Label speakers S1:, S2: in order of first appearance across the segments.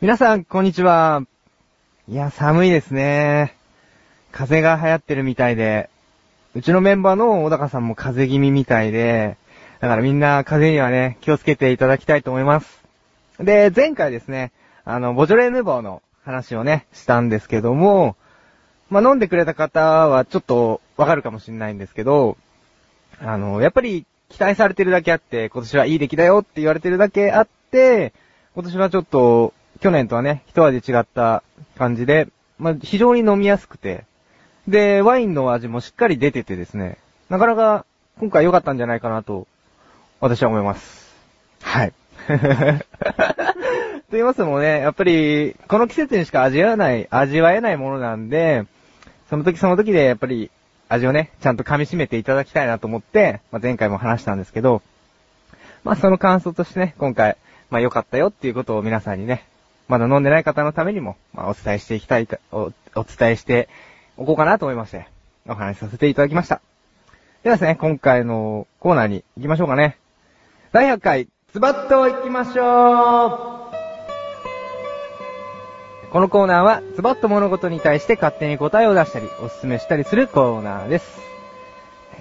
S1: 皆さん、こんにちは。いや、寒いですね。風邪が流行ってるみたいで、うちのメンバーの小高さんも風邪気味みたいで、だからみんな風邪にはね、気をつけていただきたいと思います。で、前回ですね、あの、ボジョレ・ヌーボーの話をね、したんですけども、まあ、飲んでくれた方はちょっとわかるかもしれないんですけど、あの、やっぱり期待されてるだけあって、今年はいい出来だよって言われてるだけあって、今年はちょっと、去年とはね、一味違った感じで、まあ、非常に飲みやすくて、で、ワインの味もしっかり出ててですね、なかなか今回良かったんじゃないかなと、私は思います。はい。 と言いますのもね、やっぱり、この季節にしか味わえない、味わえないものなんで、その時その時でやっぱり味をね、ちゃんと噛み締めていただきたいなと思って、まあ、前回も話したんですけど、まあ、その感想としてね、今回、まあ、良かったよっていうことを皆さんにね、まだ飲んでない方のためにも、まあ、お伝えしていきたいと、お、お伝えしておこうかなと思いまして、お話しさせていただきました。ではですね、今回のコーナーに行きましょうかね。第100回、ズバッと行きましょうこのコーナーは、ズバッと物事に対して勝手に答えを出したり、おすすめしたりするコーナーです。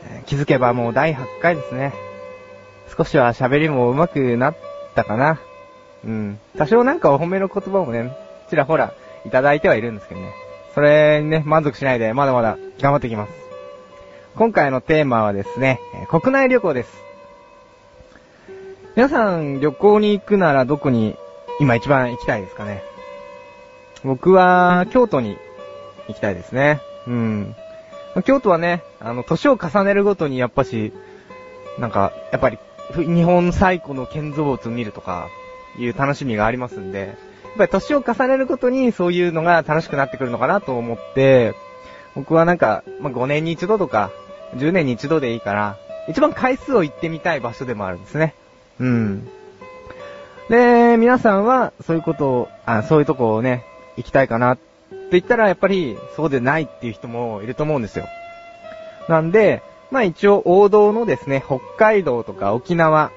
S1: えー気づけばもう第8回ですね。少しは喋りも上手くなったかな。うん。多少なんかお褒めの言葉もね、ちらほらいただいてはいるんですけどね。それにね、満足しないで、まだまだ頑張っていきます。今回のテーマはですね、えー国内旅行です。皆さん、旅行に行くならどこに今一番行きたいですかね僕は、京都に行きたいですね。うん。京都はね、あの、年を重ねるごとにやっぱし、なんか、やっぱり、ふ日本最古の建造物を見るとか、いう楽しみがありますんで、やっぱり年を重ねるごとにそういうのが楽しくなってくるのかなと思って、僕はなんか、まあ、5年に一度とか、10年に一度でいいから、一番回数を行ってみたい場所でもあるんですね。うん。で、皆さんは、そういうことを、あ、そういうとこをね、行きたいかな、と言ったら、やっぱり、そうでないっていう人もいると思うんですよ。なんで、まあ一応王道のですね、北海道とか沖縄、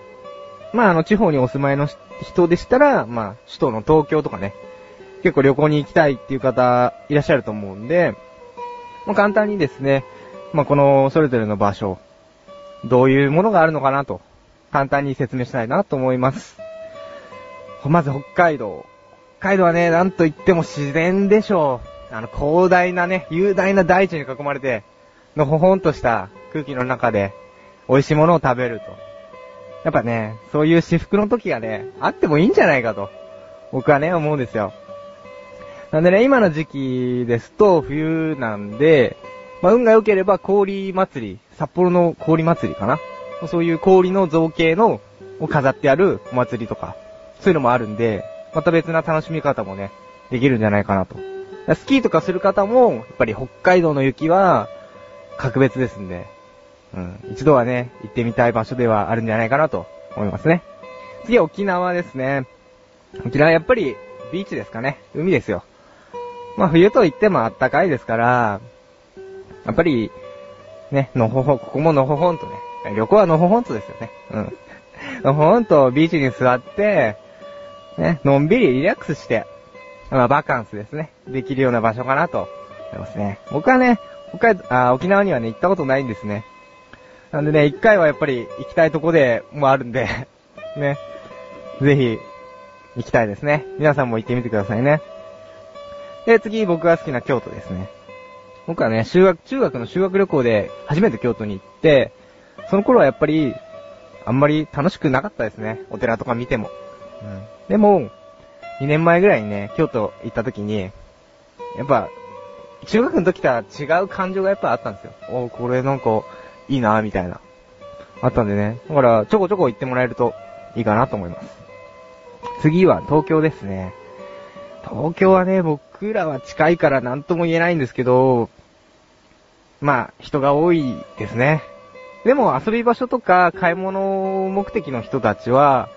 S1: まああの地方にお住まいのし人でしたら、まあ首都の東京とかね、結構旅行に行きたいっていう方いらっしゃると思うんで、まあ簡単にですね、まあこのそれぞれの場所、どういうものがあるのかなと、簡単に説明したいなと思います。まず北海道。北海道はね、なんといっても自然でしょう。あの広大なね、雄大な大地に囲まれて、のほほんとした空気の中で、美味しいものを食べると。やっぱね、そういう至福の時がね、あってもいいんじゃないかと、僕はね、思うんですよ。なんでね、今の時期ですと、冬なんで、まあ、運が良ければ氷祭り、札幌の氷祭りかな。そういう氷の造形の、を飾ってあるお祭りとか、そういうのもあるんで、また別な楽しみ方もね、できるんじゃないかなと。スキーとかする方も、やっぱり北海道の雪は、格別ですんで、うん、一度はね、行ってみたい場所ではあるんじゃないかなと思いますね。次は沖縄ですね。沖縄やっぱりビーチですかね。海ですよ。まあ冬と言ってもあったかいですから、やっぱり、ね、のほほん、ここものほほんとね。旅行はのほほんとですよね。うん。 のほほんとビーチに座って、ね、のんびりリラックスして、まあバカンスですね。できるような場所かなと思いますね。僕はね、北海道、あー沖縄にはね、行ったことないんですね。なんでね、一回はやっぱり行きたいとこでもあるんで、 ね、ぜひ、行きたいですね。皆さんも行ってみてくださいね。で、次僕が好きな京都ですね。僕はね、修学、中学の修学旅行で初めて京都に行って、その頃はやっぱり、あんまり楽しくなかったですね。お寺とか見ても。うん、でも、2年前ぐらいにね、京都行った時に、やっぱ、中学の時とは違う感情がやっぱあったんですよ。おーこれなんか、いいなぁ、みたいな。あったんでね。だから、ちょこちょこ行ってもらえるといいかなと思います。次は東京ですね。東京はね、僕らは近いから何とも言えないんですけど、まあ、人が多いですね。でも遊び場所とか買い物目的の人たちは、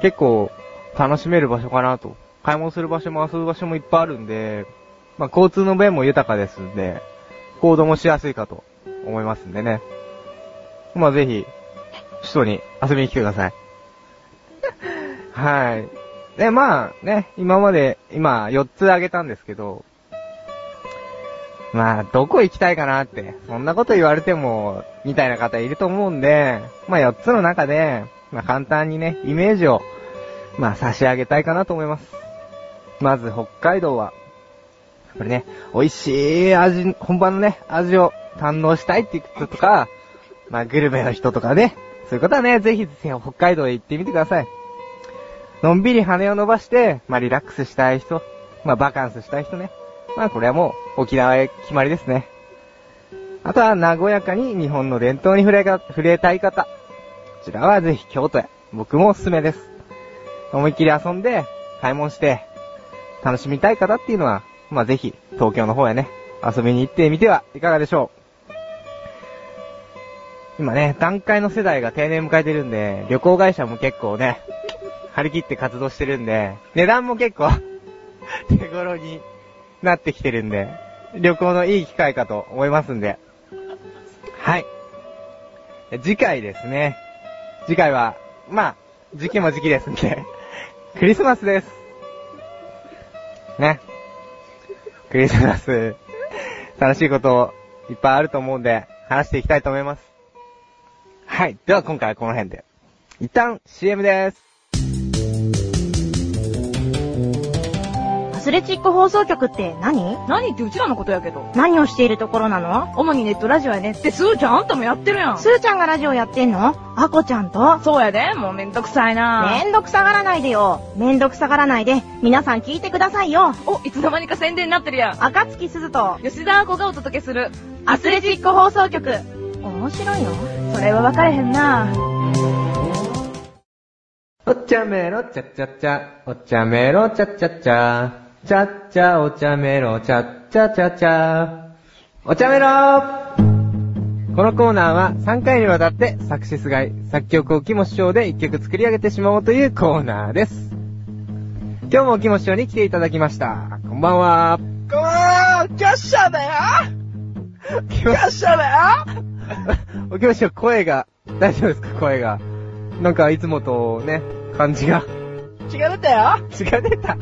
S1: 結構楽しめる場所かなと。買い物する場所も遊ぶ場所もいっぱいあるんで、まあ交通の便も豊かですんで、行動もしやすいかと思いますんでね。まあ ぜひ、首都に遊びに来てください。はい。で、まあね、今まで、今4つあげたんですけど、まあ、どこ行きたいかなって、そんなこと言われても、みたいな方いると思うんで、まあ4つの中で、まあ簡単にね、イメージを、まあ差し上げたいかなと思います。まず北海道は、やっぱりね、美味しい味、本場のね、味を堪能したいっていう人とか、まあグルメの人とかね、そういう方はね、ぜひ北海道へ行ってみてください。のんびり羽を伸ばして、まあリラックスしたい人、まあバカンスしたい人ね。まあこれはもう沖縄へ決まりですね。あとは和やかに日本の伝統に触れが触れたい方。こちらはぜひ京都へ。僕もおすすめです。思いっきり遊んで、買い物して、楽しみたい方っていうのは、まあぜひ東京の方へね、遊びに行ってみてはいかがでしょう。今ね、段階の世代が定年迎えてるんで、旅行会社も結構ね、 張り切って活動してるんで、値段も結構、手頃になってきてるんで、旅行のいい機会かと思いますんで。はい。次回ですね。次回は、まあ、時期も時期ですんで、クリスマスです。ね。クリスマス、楽しいこといっぱいあると思うんで、話していきたいと思います。はい。では今回はこの辺で。一旦 CM です。
S2: アスレチック放送局って何
S3: 何ってうちらのことやけど。
S2: 何をしているところなの
S3: 主にネットラジオやねって、すーちゃんあんたもやってるやん。
S2: すーちゃんがラジオやってんのあこちゃんと
S3: そうやで、もうめんどくさいな
S2: めんどくさがらないでよ。めんどくさがらないで、皆さん聞いてくださいよ。
S3: お、いつの間にか宣伝になってるやん。
S2: 赤月すずと、
S3: 吉田亜子がお届けする。
S2: アスレチック放送局。面白いの
S3: それは分かれへんな
S1: お茶メロチャチャチャ、お茶メロチャチャチャ、チャチャお茶メロチャチャチャチャ、お茶メロこのコーナーは3回にわたって作詞すがい、作曲をキモ師匠で1曲作り上げてしまおうというコーナーです。今日もキモ師匠に来ていただきました。こんばんは。
S4: こわーキャッシャーだよ
S1: キ
S4: キ
S1: モ
S4: ャッシャーだよ
S1: おきましょう、声が、大丈夫ですか、声が。なんか、いつもとね、感じが、
S4: 血が出たよ
S1: 違ってた。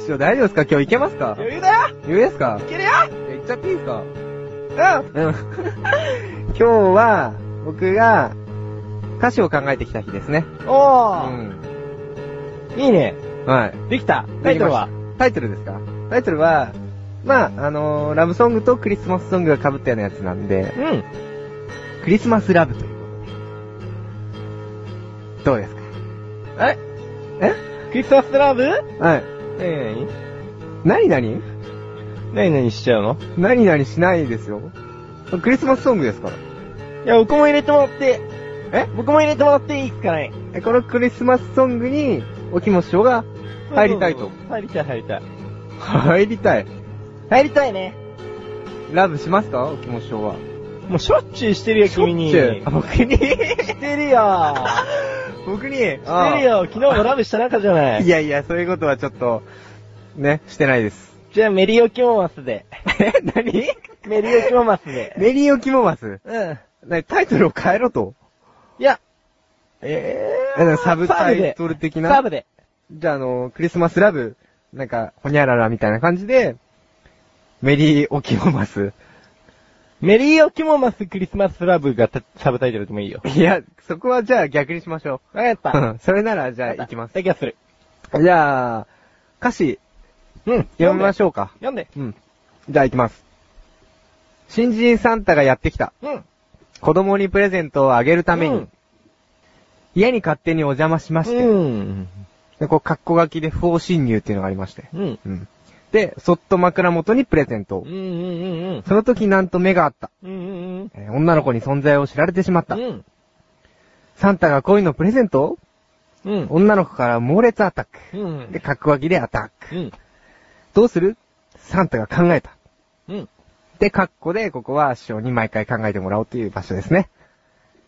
S1: 師匠、大丈夫ですか今日いけますか
S4: 余裕だよ
S1: 余裕ですか
S4: いけるよ
S1: いっちゃっていいです
S4: う
S1: か
S4: ん
S1: うん。今日は、僕が、歌詞を考えてきた日ですね。う
S4: おー、
S1: ん。
S5: いいね。
S1: はい。
S5: できた。タイトルは
S1: できましたタイトルですかタイトルは、まあ、あのーラブソングとクリスマスソングが被ったようなやつなんで、
S5: うん。
S1: クリスマスラブということで。どうですか
S5: え
S1: え
S5: クリスマスラブ
S1: はい。
S5: 何々
S1: 何々
S5: 何々しちゃうの
S1: 何々しないですよ。クリスマスソングですから。
S5: いや、僕も入れてもらって。
S1: え
S5: 僕も入れてもらっていいっすかね
S1: えこのクリスマスソングに、おきも師匠が入りたいと。。
S5: 入りたい、入りたい。
S1: 入りたい。
S5: 入りたいね。
S1: ラブしますかおきも師匠は。
S5: もうしょっちゅうしてるよ、君に。
S1: しょっちゅうあ僕に
S5: してるよ。
S1: 僕に、して
S5: してるよ。昨日もラブした中じゃないい。
S1: やいや、そういうことはちょっと、ね、してないです。
S5: じゃあ、メリオキモマスで。
S1: え何
S5: メリオキモマスで。
S1: メリーオキモマス。
S5: うん。
S1: なにタイトルを変えろと。
S5: いや。え
S1: えサブタイトル的な
S5: サブで。
S1: じゃあ、あの、クリスマスラブ、なんか、ほにゃららみたいな感じで、メリーオキモマス。
S5: メリーオキモマスクリスマスラブがたサブタイトルでもいいよ。
S1: いや、そこはじゃあ逆にしましょ
S5: わかっ
S1: う。
S5: た。
S1: うん、 それならじゃあ
S5: 行
S1: 行きます。
S5: 気がする。
S1: じゃあ、歌詞
S5: うん。
S1: 読みまし
S5: ょ
S1: ょうか
S5: う。。読んで。
S1: うん。じゃあ行きます。新人サンタがやってきた。
S5: うん。
S1: 子供にプレゼントをあげるために、
S5: うん
S1: 家に勝手にお邪魔しまして、
S5: うん。
S1: でこう、カッコ書きで不法侵入っていうのがありまして。
S5: うん。
S1: うん。で、そっと枕元にプレゼントを
S5: うん。う。ん。
S1: その時なんと目があった。
S5: うん。うん。
S1: えー女の子に存在を知られてしまった。
S5: うん。
S1: サンタが恋のプレゼントを
S5: うん。
S1: 女の子から猛烈アタック。
S5: うん
S1: で、格上げでアタック。
S5: うん。
S1: どうするサンタが考えた。
S5: うん。
S1: で、カッコで、ここは師匠に毎回考えてもらおうという場所ですね。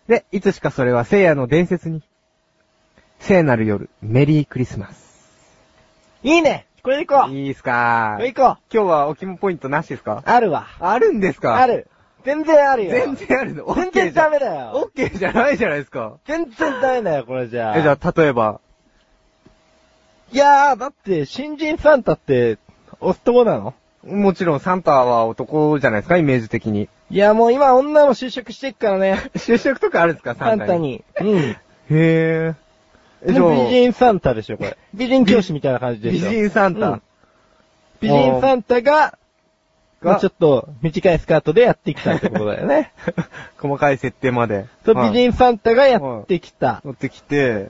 S1: で、いつしかそれは聖夜の伝説に。聖なる夜、メリークリスマス。
S5: いいねこれでいこう
S1: いいですか
S5: これいこう
S1: 今日はお肝ポイントなしですか
S5: あるわ。
S1: あるんですか
S5: あ。る。全然あるよ。
S1: 全。然あるの。
S5: 全然ダメだ
S1: オ
S5: よ。
S1: ッケーじゃないじゃないですか。
S5: 全然ダメだよ、これじゃあ。
S1: え、じゃあ、例えば、
S5: いやー、だって、新人サンタって、オスともなの
S1: もちろんサンタは男じゃないですか、イメージ的に。
S5: いや、もう今女も就職してっからね。
S1: 就職とかあるんですか、
S5: サ
S1: サ
S5: ン
S1: ン
S5: タ
S1: タに。
S5: に。うん。
S1: へえ。じゃ
S5: 美
S1: あ、
S5: 人サンタでしょ、これ。美人教師みたいな感じで
S1: 美
S5: しょ。
S1: 人サンタ。
S5: うん美人サンタが、
S1: が
S5: まあちょっと短いスカートでやってきたってことだよね。
S1: 細かい設定まで。
S5: そう、
S1: はい
S5: 美人サンタがやってきた。
S1: 乗ってきて、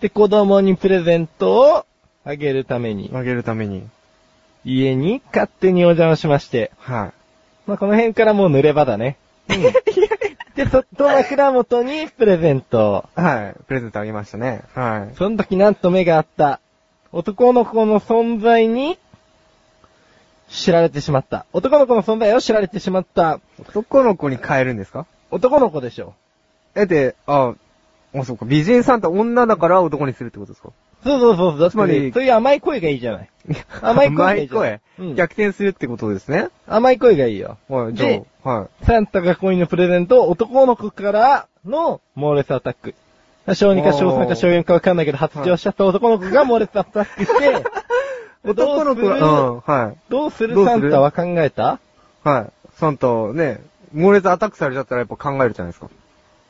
S5: で、子供にプレゼントをあげるために、
S1: あげるために。
S5: 家に勝手にお邪魔しまして、
S1: は
S5: まあ、この辺からもう濡れ場だね。 で、そっと枕元にプレゼント。
S1: い。はい。プレゼントあげましたね。はい。
S5: その時なんと目があった。男の子の存在に、知られてしまった。男の子の存在を知られてしまった。
S1: 男の子に変えるんですか
S5: 男の子でしょ。
S1: えって、あ、あ、そうか。美人さんって女だから男にするってことですか
S5: そうそうそうそう。だ
S1: つまり
S5: そういう甘い声がいいじゃない。甘い声がいいじゃん
S1: 甘い
S5: うん
S1: 声。逆転するってことですね。
S5: 甘い声がいいよ。
S1: はい。じゃ
S5: で
S1: あ、はい。
S5: サンタが恋のプレゼントを男の子からの猛烈アタック。小2か小3か小4かわかんないけど発情しちゃった男の子が猛烈アタック して、
S1: 男の子
S5: どうする
S1: は、うん、はい。
S5: どうする
S1: どうす
S5: サ
S1: る
S5: ンタは考えた
S1: はい。サンタね、猛烈アタックされちゃったらやっぱ考えるじゃないですか。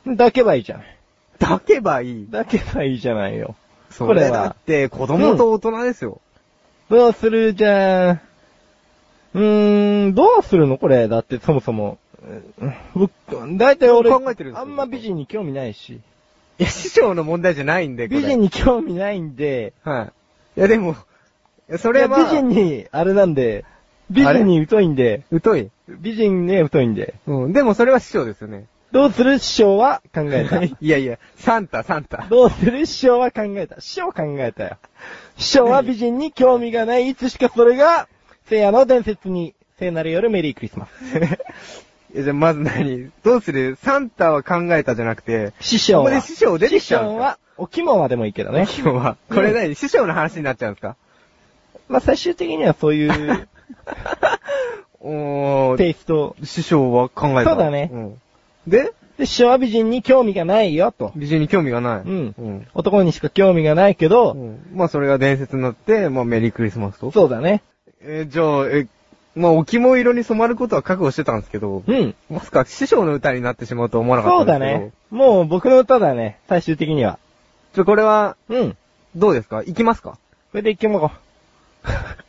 S5: 抱けばいいじゃない。
S1: 抱けばいい。
S5: 抱けばいいじゃないよ。
S1: そ
S5: これは
S1: だって子供と大人ですよ。
S5: どうするじゃん。うーん、どうするのこれ。だってそもそも。うん僕、だいたい俺、
S1: 考えてるんですよ
S5: あんま美人に興味ないし。
S1: いや、師匠の問題じゃないんで、これ。
S5: 美人に興味ないんで、
S1: はい。いや、でも、それは、
S5: いや美人に、あれなんで、美人に疎いんで、
S1: 疎い。
S5: 美人ね、太いんで。
S1: うん。でもそれは師匠ですよね。
S5: どうする師匠は考え
S1: いやいや、サンタ、サン
S5: た。
S1: タ。
S5: どうする師匠は考えた。師匠考えたよ。師匠は美人に興味がない。いつしかそれが、聖夜の伝説に、聖なる夜メリークリスマ ス。
S1: いや、じゃあまず何どうするサンタは考えたじゃなくて、
S5: 師匠
S1: ここ
S5: は。
S1: で師匠出てきちゃうんですか
S5: 師匠は、お肝はでもいいけどね。
S1: 今日は、これ何師匠の話になっちゃうんですか
S5: まあ、最終的にはそ ういう、
S1: おー、
S5: テイスト。
S1: 師匠は考えた。
S5: そうだね
S1: うん。で、
S5: で、師匠は美人に興味がないよ、と。
S1: 美人に興味がない。
S5: うん
S1: うん。
S5: 男にしか興味がないけ
S1: う
S5: ど、
S1: んまあ、それが伝説になって、まあ、メリークリスマスと。
S5: そうだね。
S1: えーじゃあ、え、まあ、お肝色に染まることは覚悟してたんですけど、
S5: うん。
S1: まさか師匠の歌になってしまうとは思わなか
S5: そ
S1: っ
S5: う
S1: たん
S5: だ
S1: ですけど。
S5: ね。。もう僕の歌だね、最終的には。
S1: じゃあ、これは、
S5: うん。
S1: どうですか行きますか
S5: これで一気もこ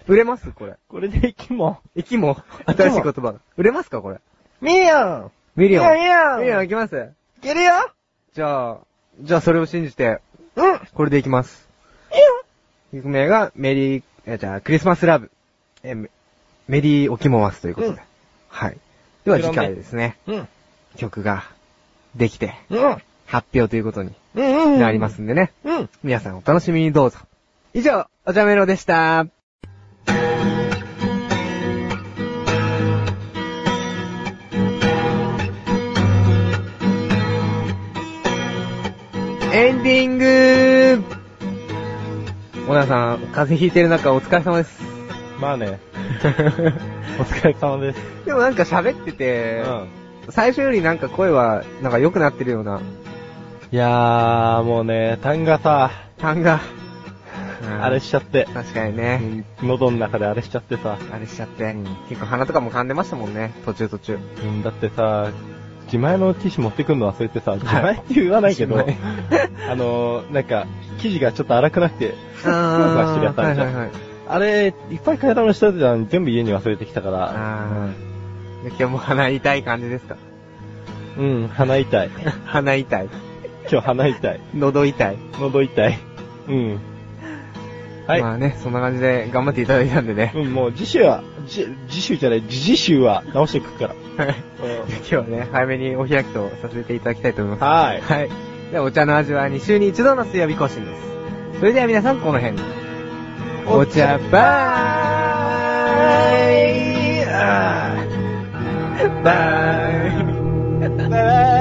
S1: 売れますこれ。
S5: う。これで一気も。
S1: 行き も、新しい言葉。売れますかこれ。
S5: ミリオン
S1: ミリオン。
S5: ミリオン
S1: ミリオン行きます
S5: いけるよ
S1: じゃあ、じゃあそれを信じて、
S5: うん
S1: これで行きます。曲名が、メリー、えじゃあ、クリスマスラブ。え、メメリー・オキモマスということで。
S5: うん
S1: はい。では次回ですね、
S5: うん。
S1: 曲が、できて、
S5: うん。
S1: 発表ということに
S5: うんうん。
S1: なりま。すんでね。
S5: うん。
S1: 皆さんお楽しみにどうぞ。以上、お茶メロでした。エンディングモナさん、風邪ひいてる中お疲れ様です。
S5: まあね。 お疲れ様です。
S1: でもなんか喋って
S5: う
S1: て、
S5: ん。
S1: 最初よりなんか声は、なんか良くなってるようない
S5: やー、もうね、痰がさ、
S1: 感が。
S5: あれしちゃって。
S1: 確かにね。
S5: 喉の中であれしちゃってさ。
S1: あれしちゃって、結構鼻とかも噛んでましたもんね、途中途中。
S5: うん、だってさ、自前のティッシュ持ってくんの忘れてさ、自前って言わないけど、
S1: 自
S5: あのー、なんか、生地がちょっと荒くなくて、
S1: あ
S5: あー
S1: はいはいはい。
S5: あれ、いっぱい買い物したじゃん、全部家に忘れてきたから、
S1: あー今日も鼻痛い感じですか
S5: うん、鼻 痛い。
S1: 鼻痛い。
S5: 今日鼻痛い。
S1: 喉痛い。
S5: 喉痛い。うん。はい。
S1: まあね、そんな感じで頑張っていただいたんでね。
S5: うん、もう次週は、じ次週じゃない、次次週は直していくから。
S1: はい。
S5: う
S1: 今日はね、早めにお開きとさせていただきたいと思い
S5: ん
S1: ま
S5: は
S1: す。
S5: い。
S1: はい。では、お茶の味は2週に1度の水曜日更新です。それでは皆さん、この辺で。お茶バーイあーバイ
S5: バイバイ